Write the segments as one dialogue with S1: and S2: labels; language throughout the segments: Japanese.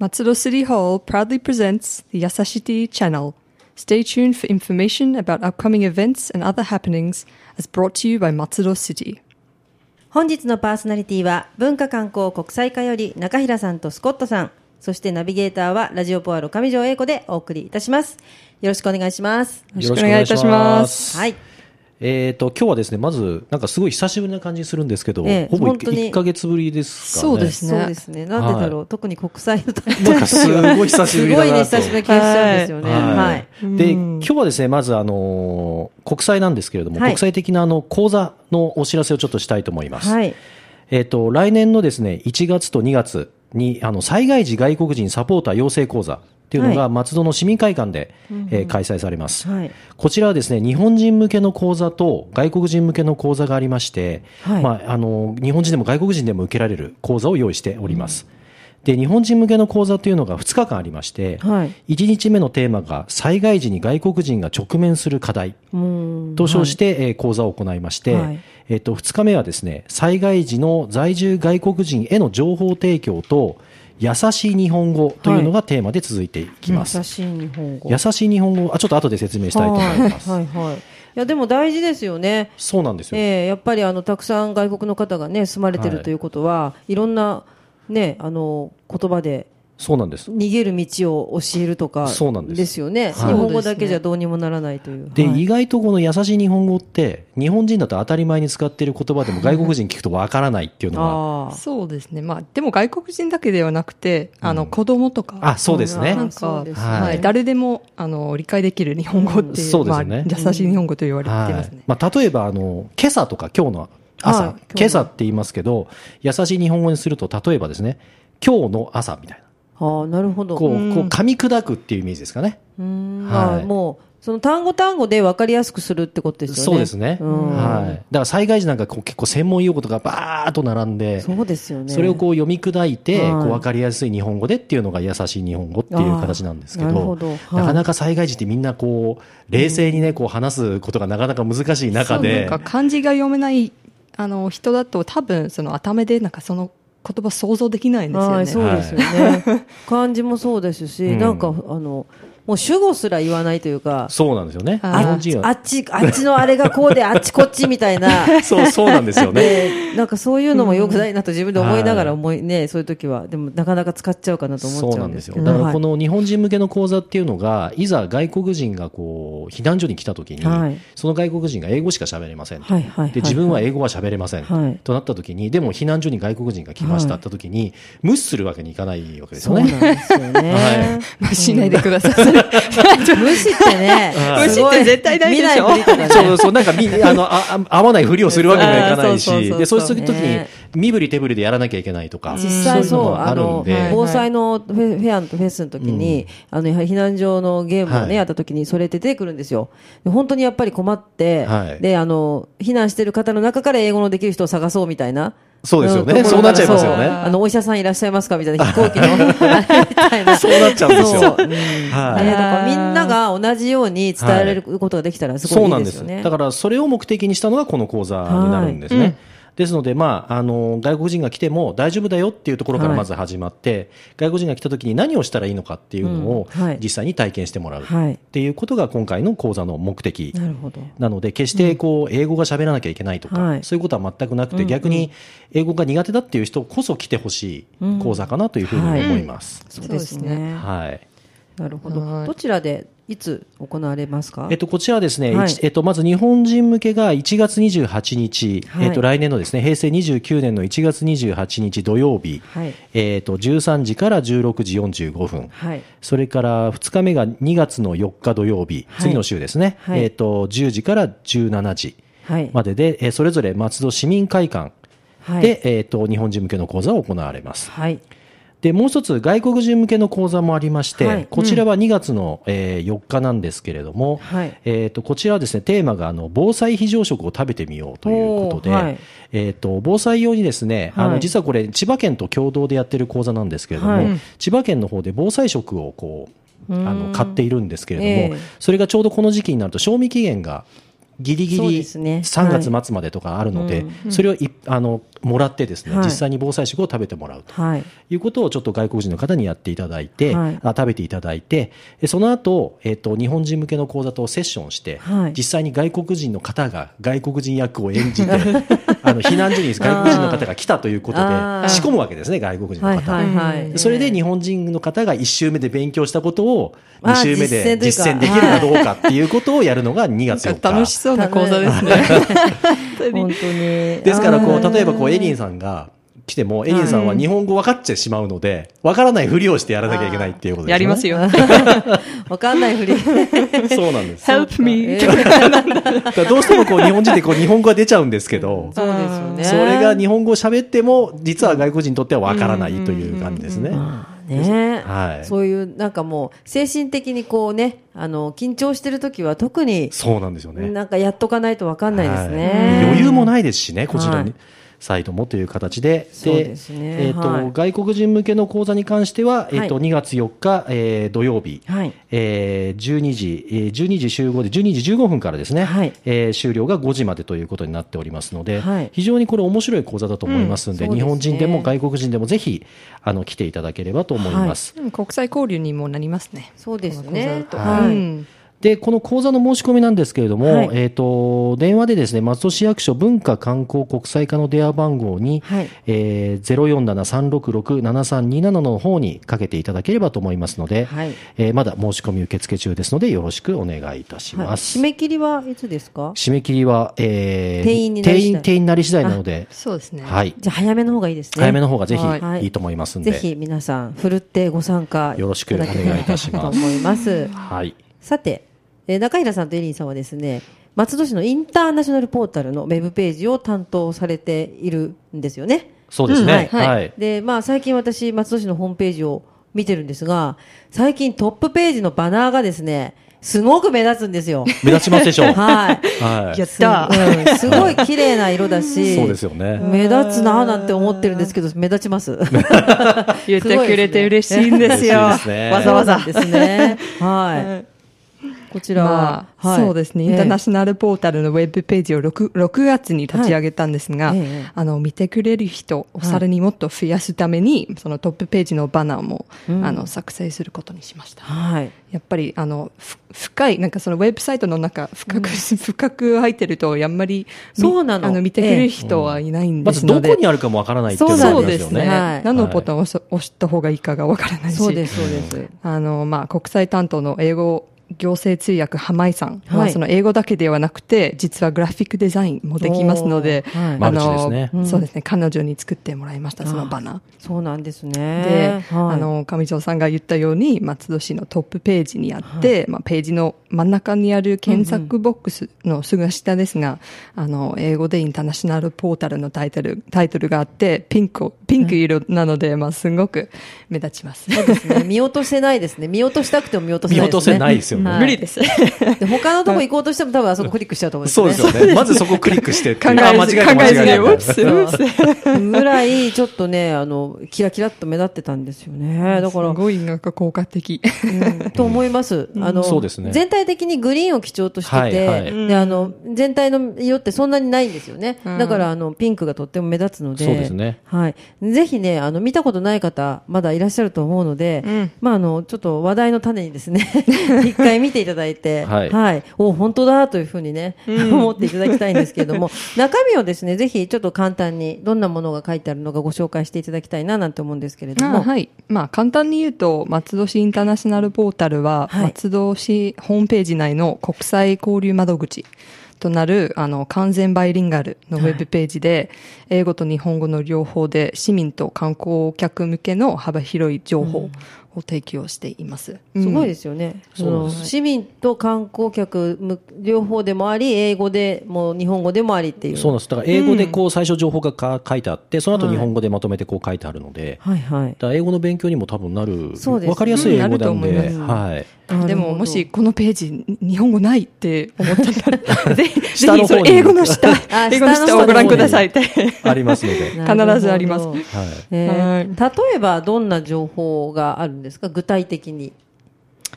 S1: Matsudo City Hall proudly presents the Yasashiti Channel. Stay tuned for information about upcoming events and other happenings as brought to you by Matsudo City.
S2: 本日のパーソナリティは文化観光国際課より中平さんとスコットさんそしてナビゲーターはラジオポアロ上条英子でお送りいたしますよろしくお願いします
S1: よろしくお願いいたします
S2: はい
S3: えっ、と、今日はですね、まず、なんかすごい久しぶりな感じするんですけど、
S2: ええ
S3: ほぼ
S2: 本当に
S3: 1ヶ月ぶりですかね。
S1: そうですね
S2: そうですねなんでだろう、特に国際の大
S3: なんかすごい久しぶりだなと
S2: すごいね久しぶりな気がしちゃうんですよねはい、
S3: はいで、今日はですね、まず、あのー国際なんですけれども、
S2: はい
S3: 国際的なあの講座のお知らせをちょっとしたいと思います。
S2: はい
S3: えっ、と、来年のですね、1月と2月に、あの、災害時外国人サポーター養成講座っていうの
S2: は
S3: が、
S2: い
S3: 松戸の市民会館で、えー開催されます。
S2: はい
S3: こちらはですね、日本人向けの講座と外国人向けの講座がありまして、
S2: はい
S3: まあ、あの、日本人でも外国人でも受けられる講座を用意しております。で、日本人向けの講座というのが2日間ありまして、
S2: はい
S3: 1日目のテーマが災害時に外国人が直面する課題
S2: うん
S3: と称して、えー講座を行いまして、
S2: はい
S3: えっと、2日目はですね、災害時の在住外国人への情報提供と、優しい日本語というのがテーマで続いていきます。
S2: 優しい日本語
S3: 優しい日本語は、あちょっと後で説明したいと思います。
S2: はいはいはいいやでも大事ですよね
S3: そうなんですよ。
S2: ええやっぱりあのたくさん外国の方がね住まれてる
S3: はい
S2: ということは、い、ろんなねあの言葉で
S3: そうなんです。
S2: 逃げる道を教えるとか
S3: そうなんです
S2: よね、
S3: はい
S2: 日本語だけじゃどうにもならないという
S3: で、
S2: はい
S3: 意外とこの優しい日本語って、日本人だと当たり前に使っている言葉でも外国人聞くとわからないっていうの
S2: ああ
S1: そうですね。まあ、でも外国人だけではなくて、あの、子供とか。
S3: が、あ、そうです
S2: な
S3: ね
S1: なんん。
S2: かそう
S1: か、
S2: です
S3: ね
S1: は
S3: はい
S1: い、誰でも、あの、理解できる日本語っていう、
S3: そうですね
S1: まあ、優しい日本語と言われてま
S3: は
S1: すね
S3: い。。まあ、例えば、あの、今朝とか今日の朝、
S2: はい
S3: 今朝って言いますけど、優しい日本語にすると、例えばですね、今日の朝みたいな。
S2: ああなるほど
S3: こう、
S1: ん
S3: こう噛み砕くっていうイメージですかね。
S2: うーん
S3: はい
S2: ああもうその単語単語で分かりやすくするってことですよね
S3: そうですね。
S2: うん
S3: はい。だから災害時なんかこう結構専門用語とかバーっと並んで、
S2: そうですよね
S3: それをこう読み砕いて、
S2: はい
S3: こう分かりやすい日本語でっていうのが優しい日本語っていう形なんですけど
S2: あーなるほどはい
S3: なかなか災害時ってみんなこう冷静にね、こう話すことがなかなか難しい中で
S1: そうなんか漢字が読めないあの人だと多分その頭でなんかその言葉想像できないんですよね。
S2: はい、そうですよね。漢字もそうですし、
S3: うん
S2: なんか、あの、もう主語すら言わないというか、
S3: そうなんですよね、
S1: はい
S3: 日
S2: あ
S3: 本
S2: っち
S3: 人
S2: あ
S3: は
S2: っち、あっちのあれがこうで、あっちこっちみたいな。
S3: そうそうなんですよね
S2: でなんかそういうのも良くないなと自分で思いながら
S3: うん
S2: 思い、ね、そういう時は、でもなかなか使っちゃうかなと思っ
S3: そう
S2: ちゃ
S3: な
S2: うん
S3: ん
S2: で
S3: ですす
S2: け
S3: よ
S2: ど。
S3: だからこ
S2: の、
S3: の日本人向けの講座っていうのがいざ外国人がこう避難所に来た時に、
S2: はい
S3: その外国人が英語しか喋れませんと、
S2: はいはいはいはい
S3: で自分は英語は喋れません、
S2: はい
S3: となった時にでも避難所に外国人が来ましたって時に、無視するわけにいかないわけです
S2: そ
S3: よ
S2: うなん
S3: ね。
S2: ですよね
S3: は。
S1: まあしないでください。それ
S2: 無視ってね
S3: はい、
S2: すご
S1: 無
S2: い
S1: 視って絶対大事でしょ
S2: 見ないふりとかね
S3: そうそう、なんかみ、あの、ああ合わないふりをするわけにはいかない
S2: あーそうそうそう
S3: し、
S2: そう
S3: で、そういう時に
S2: ね、
S3: 身振り手振りでやらなきゃいけないとか、
S2: 実
S3: そうい
S2: 際
S3: う
S2: そ
S3: の
S2: う、
S3: があ
S2: あ
S3: るん
S2: の、
S1: はい
S3: で、
S2: 防災のフェフェアフェスの時に、あの、やはり避難所のゲームを
S3: は
S2: ね、
S3: い
S2: やった時にそれって出てくるんですよ。で本当にやっぱり困って
S3: は、い
S2: で、あの、避難してる方の中から英語のできる人を探そうみたいな。
S3: そうですよね
S2: んところか
S3: そうなっ
S2: ら
S3: ちゃいますよね
S2: そうあの、お医者さんいらっしゃいますかみた いな飛行機の、みたいな。
S3: そうなっちゃうんです
S2: そう
S3: よ。
S2: うんあれだ
S3: は
S2: からみんなが同じように伝えられることができたら
S3: い。
S2: す
S3: そ
S2: ご
S3: う
S2: い
S3: ないん
S2: い
S3: で
S2: です
S3: す。
S2: よね。
S3: だから、それを目的にしたのがこの講座になるんですね。ですので、まあ、あの、外国人が来ても大丈夫だよっていうところからまず始まって、外国人が来た時に何をしたらいいのかっていうのを
S2: うんはい
S3: 実際に体験してもらうっ
S2: はい。
S3: ていうことが今回の講座の目的
S2: なるほど。
S3: なので、決してこう、英語が喋らなきゃいけないとか、
S2: はい
S3: そういうことは全くなくて、逆に英語が苦手だっていう人こそ来てほしい講座かなというふうに思います。
S2: そうです
S1: そうです
S2: ね。
S3: はい。
S2: なるほ
S1: は
S2: ど。
S1: い
S2: どちらで、いつ行われますか
S3: えっと、こちらはですね、
S2: はい
S3: 一えっと、まず日本人向けが1月28日、
S2: はい
S3: えっと、来年のですね、平成29年の1月28日土曜日、
S2: はい。
S3: えっと、13時から16時45分。
S2: はい。
S3: それから2日目が2月の4日土曜日、
S2: はい
S3: 次の週ですね、
S2: はい
S3: えっと、10時から17時
S2: はい。
S3: までで、えーそれぞれ松戸市民会館
S2: はい、
S3: で、えっ、と、日本人向けの講座を行われます。
S2: はい。
S3: で、もう一つ、外国人向けの講座もありまして、
S2: はい
S3: こちらは2月の、えー4日なんですけれども、
S2: はい
S3: えっ、と、こちらはですね、テーマが、あの、防災非常食を食べてみようということで、
S2: おーはい
S3: えっ、と、防災用にですね、あ
S2: は
S3: の、
S2: い
S3: 実はこれ、千葉県と共同でやってる講座なんですけれども、
S2: はい
S3: 千葉県の方で防災食をこう、あの、買っているんですけれども、
S2: ええ
S3: それがちょうどこの時期になると、賞味期限が、ギリギ
S2: そう
S3: リ
S2: ですね
S3: 3月末までとかあるので、それをいあのもらってですね、
S2: はい
S3: 実際に防災食を食べてもらうと。
S2: はい。
S3: いうことをちょっと外国人の方にやっていただいて、
S2: はい
S3: あ食べていただいて、えその後、えっ、と、日本人向けの講座とセッションして、
S2: はい
S3: 実際に外国人の方が外国人役を演 じて、あの、避難所に外国人の方が来たということで
S2: あー、
S3: 仕込むわけですね、外国人
S2: は
S3: の
S2: い
S3: 方を
S2: はいはい。
S3: それで日本人の方が1周目で勉強したことを2周目で実践できるかどうかっていうことをやるのが2月
S1: な
S3: 4
S1: んか楽し
S3: 日。
S1: そうな講座ですね。本当
S2: 本
S1: に
S2: 当に。で
S3: ですからこう、例えばこう、エリンさんが来ても、エリンさんは日本語分かっちゃしまうので、分からないふりをしてやらなきゃいけないっていうことですね。
S1: やりますよ。
S2: わかんな いふり。
S3: そうなんです。だ
S1: Help me!
S2: そうです
S3: からどうしてもこう、日本人ってこ う、日本語が出ちゃうんですけど、そ
S2: よね。
S3: れが日本語を喋っても、実は外国人にとっては分からないという感じですね。
S2: まあね、
S3: はい
S2: そういうなんかもう精神的にこうねあの緊張してる時は特に
S3: そうなんですよね。
S2: なんかやっとかないとわかんないですね、
S3: はい余裕もないですしね、こちら
S2: は
S3: に
S2: い。
S3: サイトもという形で。
S2: そうですね
S3: えっと、
S2: はい
S3: 外国人向けの講座に関しては、えっ、と、
S2: は
S3: 2月4日、えー土曜日。
S2: はい
S3: えー12時、えー12時集合で12時15分からですね、
S2: はい
S3: えー終了が5時までということになっておりますので、
S2: はい
S3: 非常にこれ面白い講座だと思いますので、
S2: うんそう
S3: 日
S2: ですね
S3: 本人でも外国人でもぜひ、あの、来ていただければと思います。
S1: うん国際交流にもなりますね。
S2: そうですね
S1: この講座だと
S2: は
S1: う
S2: い
S1: ん
S3: で、この講座の申し込みなんですけれども、
S2: はい
S3: えっ、と、電話でですね、松戸市役所文化観光国際課の電話番号に、
S2: はい
S3: えー、047-366-7327の方にかけていただければと思いますので、
S2: はい
S3: えーまだ申し込み受付中ですので、よろしくお願いいたし
S2: はい
S3: ます。
S2: 締め切りはいつですか
S3: 締め切りは、えー、
S2: 定員になり次第
S3: 定員定員になり次第なので、
S1: そうですね。
S3: はい。
S2: じゃあ早めの方がいいですね
S3: 早めの方がぜ
S2: はい
S3: ひいいと思いますんで、
S2: ぜひ皆さんふるってご参加
S3: よろしくお願いいたします
S2: だければと思います
S3: はい。
S2: さて、えー中平さんとエリンさんはですね、松戸市のインターナショナルポータルのウェブページを担当されているんですよね。
S3: そうですね。
S2: うんはい
S3: はい。
S2: で、まあ最近私、松戸市のホームページを見てるんですが、最近トップページのバナーがですね、すごく目立つんで すよ。
S3: 目立ちますでしょう。は
S2: はい。
S3: い。
S1: やったー
S2: すごい綺麗な色だし、
S3: そうですよね。
S2: 目立つなーなんて思ってるんですけど、目立ち ます。
S1: 言ってくれて嬉しいんですよ。
S3: 嬉しいです ね
S1: わざわざ。
S2: ですね。 はい。こちらは
S1: ま、あ、
S2: はい
S1: そうですね。インターナ
S2: え
S1: ショナルポータルのウェブページを 6, 6月に立ち上げたんですが、
S2: はいええええ
S1: あの、見てくれる人をさらにもっと増やすために、そのトップページのバナーも、あの、作成することにしました
S2: え。はい。
S1: やっぱり、あの、ふ深い、なんかそのウェブサイトの中、深く、深く入ってると、あんまり、み
S2: そうなの
S1: あの、見てくれる人はいないん
S3: ま
S1: で
S3: ず
S1: すの
S3: ど
S1: で。
S3: こにあるかもわからないっていうのがあ
S1: そ
S3: り
S1: う
S3: ま
S1: ですそ
S3: よ
S1: うです
S3: ね。
S1: ね。
S2: はい
S1: 何のボタンを押す押した方がいいかがわからないし。
S2: そうです、そうです。
S1: あの、まあ、国際担当の英語行政通訳浜井さんは、
S2: はい
S1: その英語だけではなくて、実はグラフィックデザインもできますので
S2: お、ーはい
S1: あ
S3: マルチ
S1: の、
S3: ですね
S1: うんそうですね、彼女に作ってもらいました、そのバナ
S2: そうなんです
S1: ー。
S2: ね。
S1: で、
S2: はい
S1: あ、の、上条さんが言ったように、松戸市のトップページにあって、まあ、ページの真ん中にある検索ボックスのすぐ下ですが、あの、英語でインターナショナルポータルのタイトル、タイトルがあって、ピンクを、ピンク色なので、まあ、すごく目立ちます。
S2: そうですね見落とせないですね。見落としたくても見落とせ
S3: 見
S2: ない
S3: 落
S2: です
S3: と
S2: ね。
S3: せないですよね。
S2: は
S1: 無理です。
S2: で他のとこ行こうとしても多分あそこクリックしちゃうと思うんです
S3: そう
S2: ね。
S3: ですよね。まずそこクリックしてって
S1: 考
S3: い
S1: え
S3: う。
S1: ず
S3: あ、
S1: 考
S3: 間違えた、間
S1: えず
S3: 違
S1: ね、
S3: え
S1: ウッ
S3: た。
S1: ス、ウッス。
S2: ぐらい、ちょっとね、あの、キラキラっと目立ってたんですよね。だから
S1: す、ごいなんか効果的。
S2: うんと思います。あの、
S3: そうですね
S2: 全体的にグリーンを基調としてて、
S3: はいはい
S2: で、あの、全体の色ってそんなにないんですよね。
S1: うん
S2: だから、あの、ピンクがとっても目立つので、
S3: そうですね
S2: はい。ぜひね、あの、見たことない方、まだいらっしゃると思うので、
S1: うん
S2: まあ、あの、ちょっと話題の種にです ね、一回見ていただいて、
S3: はい
S2: お、本当だというふうにね、思っていただきたいんですけれ ども、中身をですね、ぜひちょっと簡単に、どんなものが書いてあるのかご紹介していただきたいな、なんて思うんですけれども、
S1: はい。まあ、簡単に言うと、松戸市インターナショナルポータルは、
S2: はい
S1: 松戸市ホームページ内の国際交流窓口となる、あの、完全バイリンガルのウェブページで、英語と日本語の両方で、市民と観光客向けの幅広い情報を提供しています。。
S2: すごいですすよね。
S3: そうなん
S2: その
S3: です
S2: 市民と観光客む両方でもあり、英語でも日本語でもありっていう。
S3: そうなんです。だから英語でこう最初情報がか書いてあって、その後日本語でまとめてこう書いてあるので、
S2: はいはい
S3: だ。から英語の勉強にも多分なる、
S2: そうですね
S3: わかりやすい英語なん
S1: うんな
S3: で、
S1: ると思い
S3: はい。
S1: でも、もしこのページ、に日本語ないって思ったら、 ぜひ、ぜ
S3: 下の
S1: ひ、そ
S3: 方
S1: れ
S3: に
S1: 英語の下
S2: あ、
S1: 英語の
S2: 下の
S1: 下
S2: 方
S1: をご覧
S2: に
S1: くださいって。
S3: ありますので。
S2: なるほど
S1: 必ずあります
S3: はい。
S2: えー
S1: はい
S2: 例えばどんな情報があるんですか具体的に。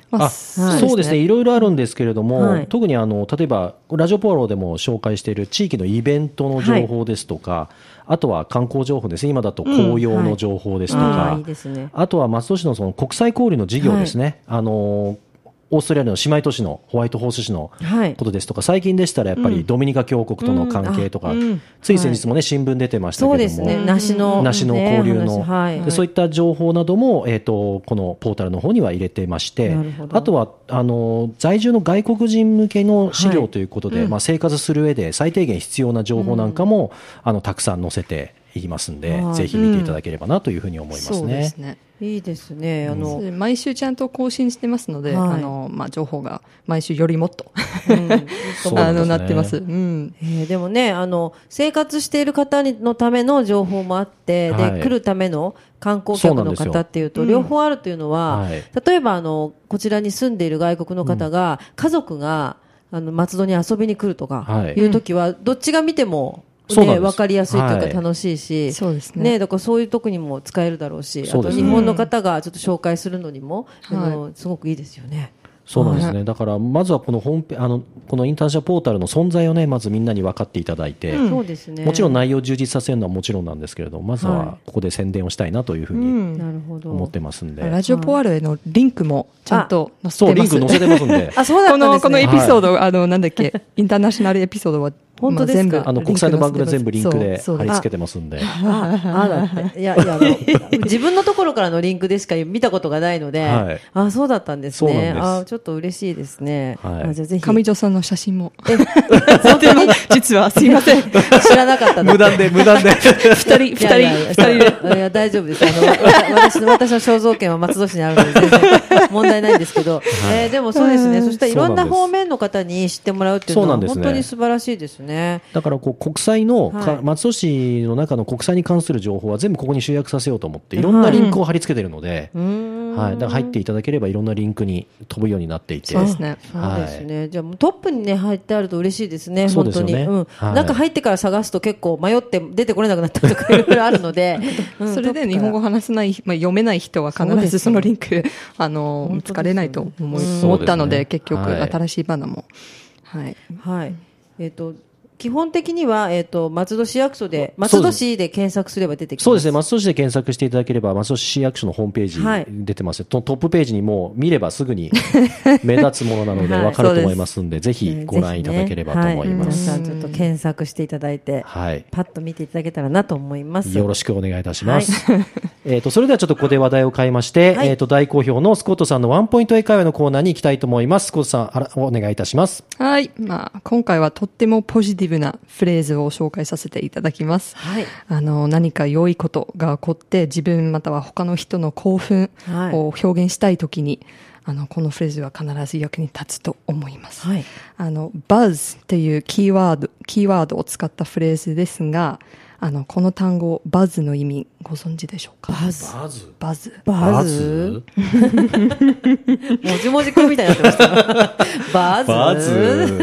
S1: ま
S3: あそうですね、いろいろあるんですけれども、
S2: はい
S3: 特にあの例えば、ラジオポアロでも紹介している地域のイベントの情報ですとか、あとは観光情報ですね、今だと紅葉の情報ですと
S2: うんはいあ
S3: か
S2: ーいいですね、
S3: あとは松戸市のその国際交流の事業ですね、あのオーストラリアの姉妹都市のホワイトホース市の
S2: はい
S3: ことですとか、最近でしたらやっぱりドミニカ共和国との関係とか、
S2: うんあうん
S3: つい先日もね、新聞出てましたけ
S2: そうで
S3: れど
S2: す
S3: も、
S2: ね、梨の、
S3: 梨の
S2: ね
S3: 交流の、
S2: 話はい
S3: でそういった情報なども、えー、とこのポータルの方には入れてまして
S2: なるほど
S3: あとはあの在住の外国人向けの資料ということで、まあ、生活する上で最低限必要な情報なんかも、あのたくさん載せていきますんで、
S2: はい
S3: ぜひ見ていただければなというふうに思いますね。
S1: そうですね。
S2: いいですね、あの、
S1: で毎週ちゃんと更新してますので、
S2: はい
S1: あのまあ、情報が毎週よりもっと、
S3: そうな
S1: あ
S3: んで
S1: の
S3: すね
S1: なってます。うん
S2: えーでもねあの生活している方にのための情報もあって、
S3: は
S2: で
S3: い
S2: 来るための観光客
S3: そうなん
S2: の
S3: ですよ
S2: 方っていうと両方あるというのは、
S3: はい
S2: 例えばあのこちらに住んでいる外国の方が、家族があの松戸に遊びに来るとか
S3: はい
S2: いう時は、どっちが見ても、
S3: そうなん
S2: ね、
S3: です
S2: 分かりやすいという
S3: は
S2: か
S3: い
S2: 楽しいし、
S1: そうですね
S2: だからそういうとこにも使えるだろうしあ
S3: そう
S2: と
S3: です
S2: 日
S3: ね
S2: 本の方がちょっと紹介するのにも、
S1: うん
S2: あのすごくいいですよね。
S3: そうなんですね。だから、まずはこのホームペあの、このインターンシャポータルの存在をね、まずみんなに分かっていただいて、
S2: そうですね
S3: もちろん内容を充実させるのはもちろんなんですけれども、まず
S2: はい
S3: はここで宣伝をしたいなというふう
S1: う
S3: に
S1: ん
S2: なるほど。
S3: 思ってますんで。
S1: ラジオポアロへのリンクもちゃんと載せ
S3: そう、
S1: て
S3: リ
S1: ま
S3: ンク
S1: す。
S3: 載せてますんで
S2: あそうだった
S1: こ
S2: んです、ね、
S1: のこのエピソード、あのなんだっけ、インターナショナルエピソードは、
S2: 本当
S1: まあ
S2: ですか
S1: 全部
S3: あ
S1: リ
S3: の、
S1: ン
S3: 国
S1: ク
S3: 際の
S1: 載
S3: 番
S1: せて
S3: 組は
S1: ます
S3: 全部リンクで
S1: そうそう
S3: 貼
S1: で
S3: り
S1: す
S3: 付けてますんで。
S2: ああだ った。いや、いや、あの自分のところからのリンクでしか見たことがないので、
S3: はい
S2: あそうだったんです
S3: そうな
S2: ね。
S3: んです
S2: あちょっと嬉しいですね。
S3: はい
S2: あじゃあぜひ。
S1: 上条さんの写真も。 実は、すいません。
S2: 知らなかった
S3: 無
S2: だ。
S3: 断で、無断で。
S1: 二人、二
S2: いやいやい
S1: 人、
S2: や
S1: 二人で。
S2: いや、大丈夫です。あの、わた私の、私の肖像権は松戸市にあるので、全然問題ないんです けど、えーでもそうですね。そしたらいろんな
S3: そうなんです
S2: 方面の方に知ってもらうっていうの
S3: そうな
S2: は、
S3: んです
S2: 本
S3: ね
S2: 当に素晴らしいですね。
S3: だからこう国際の、か
S2: はい
S3: 松戸市の中の国際に関する情報は全部ここに集約させようと思っていろんなリンクを貼り付けてるので、はい、だから入っていただければいろんなリンクに飛ぶようになっていて
S1: そうですね。
S2: そうですね、じゃあもうトップにね入ってあると嬉しいですね、
S3: そう
S2: 本
S3: です
S2: 当
S3: よ
S2: に、
S3: ね
S2: うん
S3: はい
S2: 中入ってから探すと結構迷って出てこれなくなったりとかいろいろあるの で、うん
S1: それ
S2: トッ
S1: で
S2: プ
S1: 日本語
S2: か
S1: 話せない、まあ、読めない人は必
S2: そうですね
S1: ずそのリンク、 あの、見つかれないと思い思ったの
S3: そうで
S1: で、
S3: すね
S1: 結局、
S3: はい
S1: 新しいバナも。はい。
S2: らはい、えっ、と基本的にはえっ、と松戸市役所で
S3: そう
S2: 松戸
S3: です
S2: 市で検索すれば出てきます。
S3: そうですね、松戸市で検索していただければ、松戸市市役所のホームペ
S2: は
S3: ー
S2: い
S3: ジに出てます、とトップページにもう見ればすぐに目立つものなので
S2: はい
S3: 分かると思いますんで、ぜひご覧いただければと思いま
S2: えーぜひね
S3: す。
S2: はい皆さんちょっと検索していただいて、
S3: はい。
S2: パッと見ていただけたらなと思います。
S3: よろしくお願いいたします。 えっと、それではちょっとここで話題を変えまして、
S2: はい
S3: えっと、大好評のスコットさんのワンポイント英会話のコーナーに行きたいと思います。スコットさん、あら、お願いいたします。
S1: はい。まあ、今回はとってもポジティブなフレーズを紹介させていただきます。
S2: はい
S1: あの、何か良いことが起こって、自分または他の人の興奮
S2: はい
S1: を表現したいときに、あの、このフレーズは必ず役に立つと思います。
S2: はい
S1: あの、buzz っていうキーワード、キーワードを使ったフレーズですが、あの、この単語、buzz の意味、ご存知でしょうか
S2: バズ
S3: バズ
S1: ?buzz。
S2: バズもじもじくんみたいになってました。バズ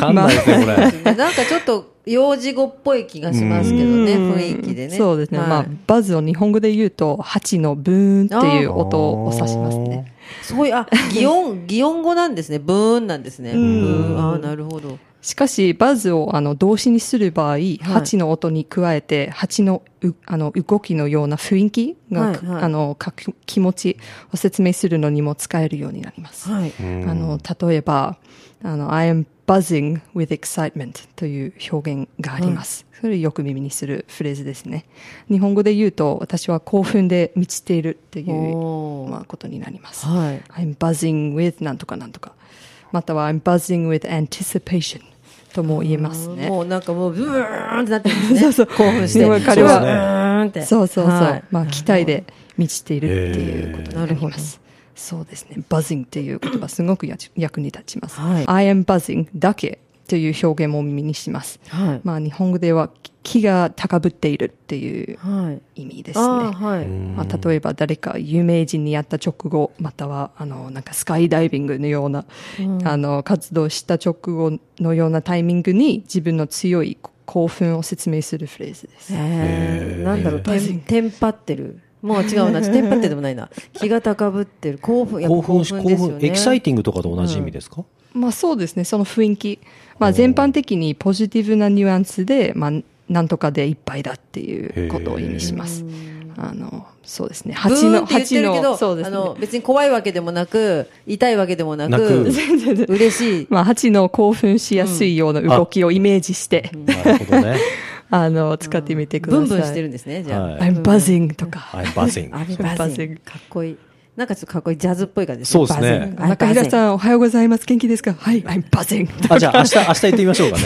S3: わ かんないですね、これ。
S2: なんかちょっと幼児語っぽい気がしますけどね、雰囲気でね。
S1: そうですね。
S2: はい
S1: まあ、バズを日本語で言うと、蜂のブーンっていう音を指しますね。
S2: そういう、あ、擬 音、擬音語なんですね。ブーンなんですね。ブーンああ、なるほど。
S1: しかし、バズをあの動詞にする場合、蜂の音に加えて、蜂のうあの動きのような雰囲気が、
S2: はいはい
S1: あのか気持ちを説明するのにも使えるようになります。
S2: はい。
S1: あの例えばあの、I am buzzing with excitement という表現があります。それよく耳にするフレーズですね。日本語で言うと、私は興奮で満ちているという
S2: お、ー
S1: まあ、ことになります。
S2: はい。
S1: I'm buzzing with なんとかなんとか。または I'm buzzing with anticipation とも言えますね。
S2: もうなんかもう、ブーンってなってるんですね。興奮して。
S1: でも彼は
S2: ブーンって。
S1: そうそうそう。
S2: はい
S1: まあ、期待で満ちているっていうことにな
S2: なる
S1: り
S2: ほど
S1: ます。そうですね。buzzing っていう言葉、すごくやち役に立ちます。
S2: はい
S1: I am buzzing だけという表現も耳にします。
S2: はい
S1: まあ、日本語では気が高ぶっているっていう
S2: はい。
S1: 意味ですね。
S2: ああ、はい。
S1: まあ、例えば誰か有名人にやった直後またはあのなんかスカイダイビングのような、あの活動した直後のようなタイミングに自分の強い興奮を説明するフレーズです。
S2: えーなんだろう、テンテンパってる。もう違うな、ちょっとテンパってでもないな。気が高ぶってる。興奮、やっぱ
S3: 興奮し、
S2: 興
S3: 興
S2: 奮ですよ
S3: 奮、
S2: ね。
S3: エキサイティングとかと同じ意味ですか、
S1: まあそうですね、その雰囲気。まあ全般的にポジティブなニュアンスで、まあなんとかでいっぱいだっていうことを意味します。あの、そうですね。
S2: ブ
S1: 蜂
S2: ーン
S1: の、
S2: って言っ
S1: 蜂
S2: てるけ
S1: の、
S2: ど、
S1: そうで
S2: あ
S1: すね。
S2: の、別に怖いわけでもなく、痛いわけでもな
S3: な
S2: く、
S3: く
S2: 嬉しい。
S1: まあ蜂の興奮しやすいような動きをイメージして、
S3: なるほどね。
S1: あの、使ってみてくだ
S2: ブ
S1: さい。
S2: ンブンしてるんです ね、じゃあ。
S3: はい
S1: I'm buzzing とか。
S3: はい、バゼン。
S2: アビ
S1: バ
S2: バ
S1: ズ
S2: ゼン。
S1: ン
S2: かっこいい。なんかちょっとかっこいいジャズっぽい感じです
S3: そう
S2: ね。
S3: ですね。
S2: バズン
S1: 中平さん、おはようございます。元気ですかはい、I'm buzzing とか。
S3: あ、じゃあ明日、明日行ってみましょうか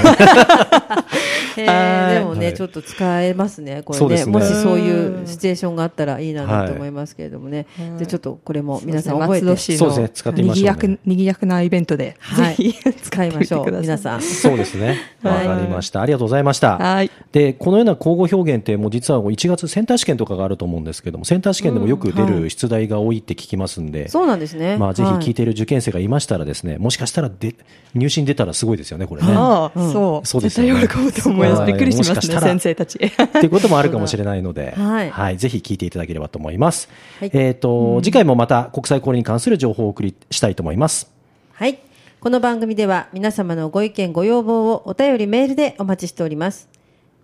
S3: ね。
S2: へーでも
S3: は
S2: ね、
S3: い
S2: ちょっと使えますね、こ
S3: そう
S2: れ
S3: で
S2: ね。
S3: すね
S2: もしそういうシチュエーションがあったらいいなと思いますけれどもね。で、ちょっとこれも皆さん覚え
S1: 松戸
S2: て、
S1: 市
S3: そうですね使
S1: の
S3: ってみましょうね
S1: 賑やく、賑やくなイベントで、
S2: はい
S1: ぜひ使
S2: 使
S1: っ
S2: い
S1: て
S2: ま
S1: み
S2: してょ
S1: く
S2: う、
S1: ださ
S2: 皆
S1: い。
S2: さん。
S3: そうですね。わ
S2: はい
S3: かりました。ありがとうございました。
S1: はい
S3: で、このような交互表現って、もう実はもう1月センター試験とかがあると思うんですけども、センター試験でもよく出る出題が多いって聞きますんで、
S2: そうなんですね。
S3: まあ、ぜひ聞い
S2: て。
S3: ている受験生がいましたらですね、もしかしたらで入試に出たらすごいですよね、これね。
S1: ああ、そう。
S3: そうです
S1: 絶
S3: よね
S1: 対喜ぶと思います。びっくりし
S3: も
S1: ま
S3: し
S1: す
S3: かした
S1: ね、
S3: ら
S1: 先生たち。
S3: っていうこともあるかもしれないの で、
S2: はい
S3: ぜひ聞いていただければと思います。
S2: はい
S3: えっ、と、次回もまた国際交流に関する情報をお送りしたいと思います。
S2: はい。この番組では皆様のご意見ご要望をお便りメールでお待ちしております。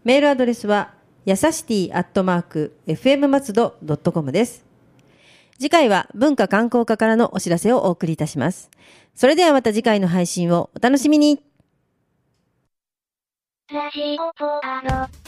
S2: メールアドレスは、やさしティアットマーク、fm 松戸 .com です。次回は文化観光課からのお知らせをお送りいたします。それではまた次回の配信をお楽しみに。
S4: ラジオポアド。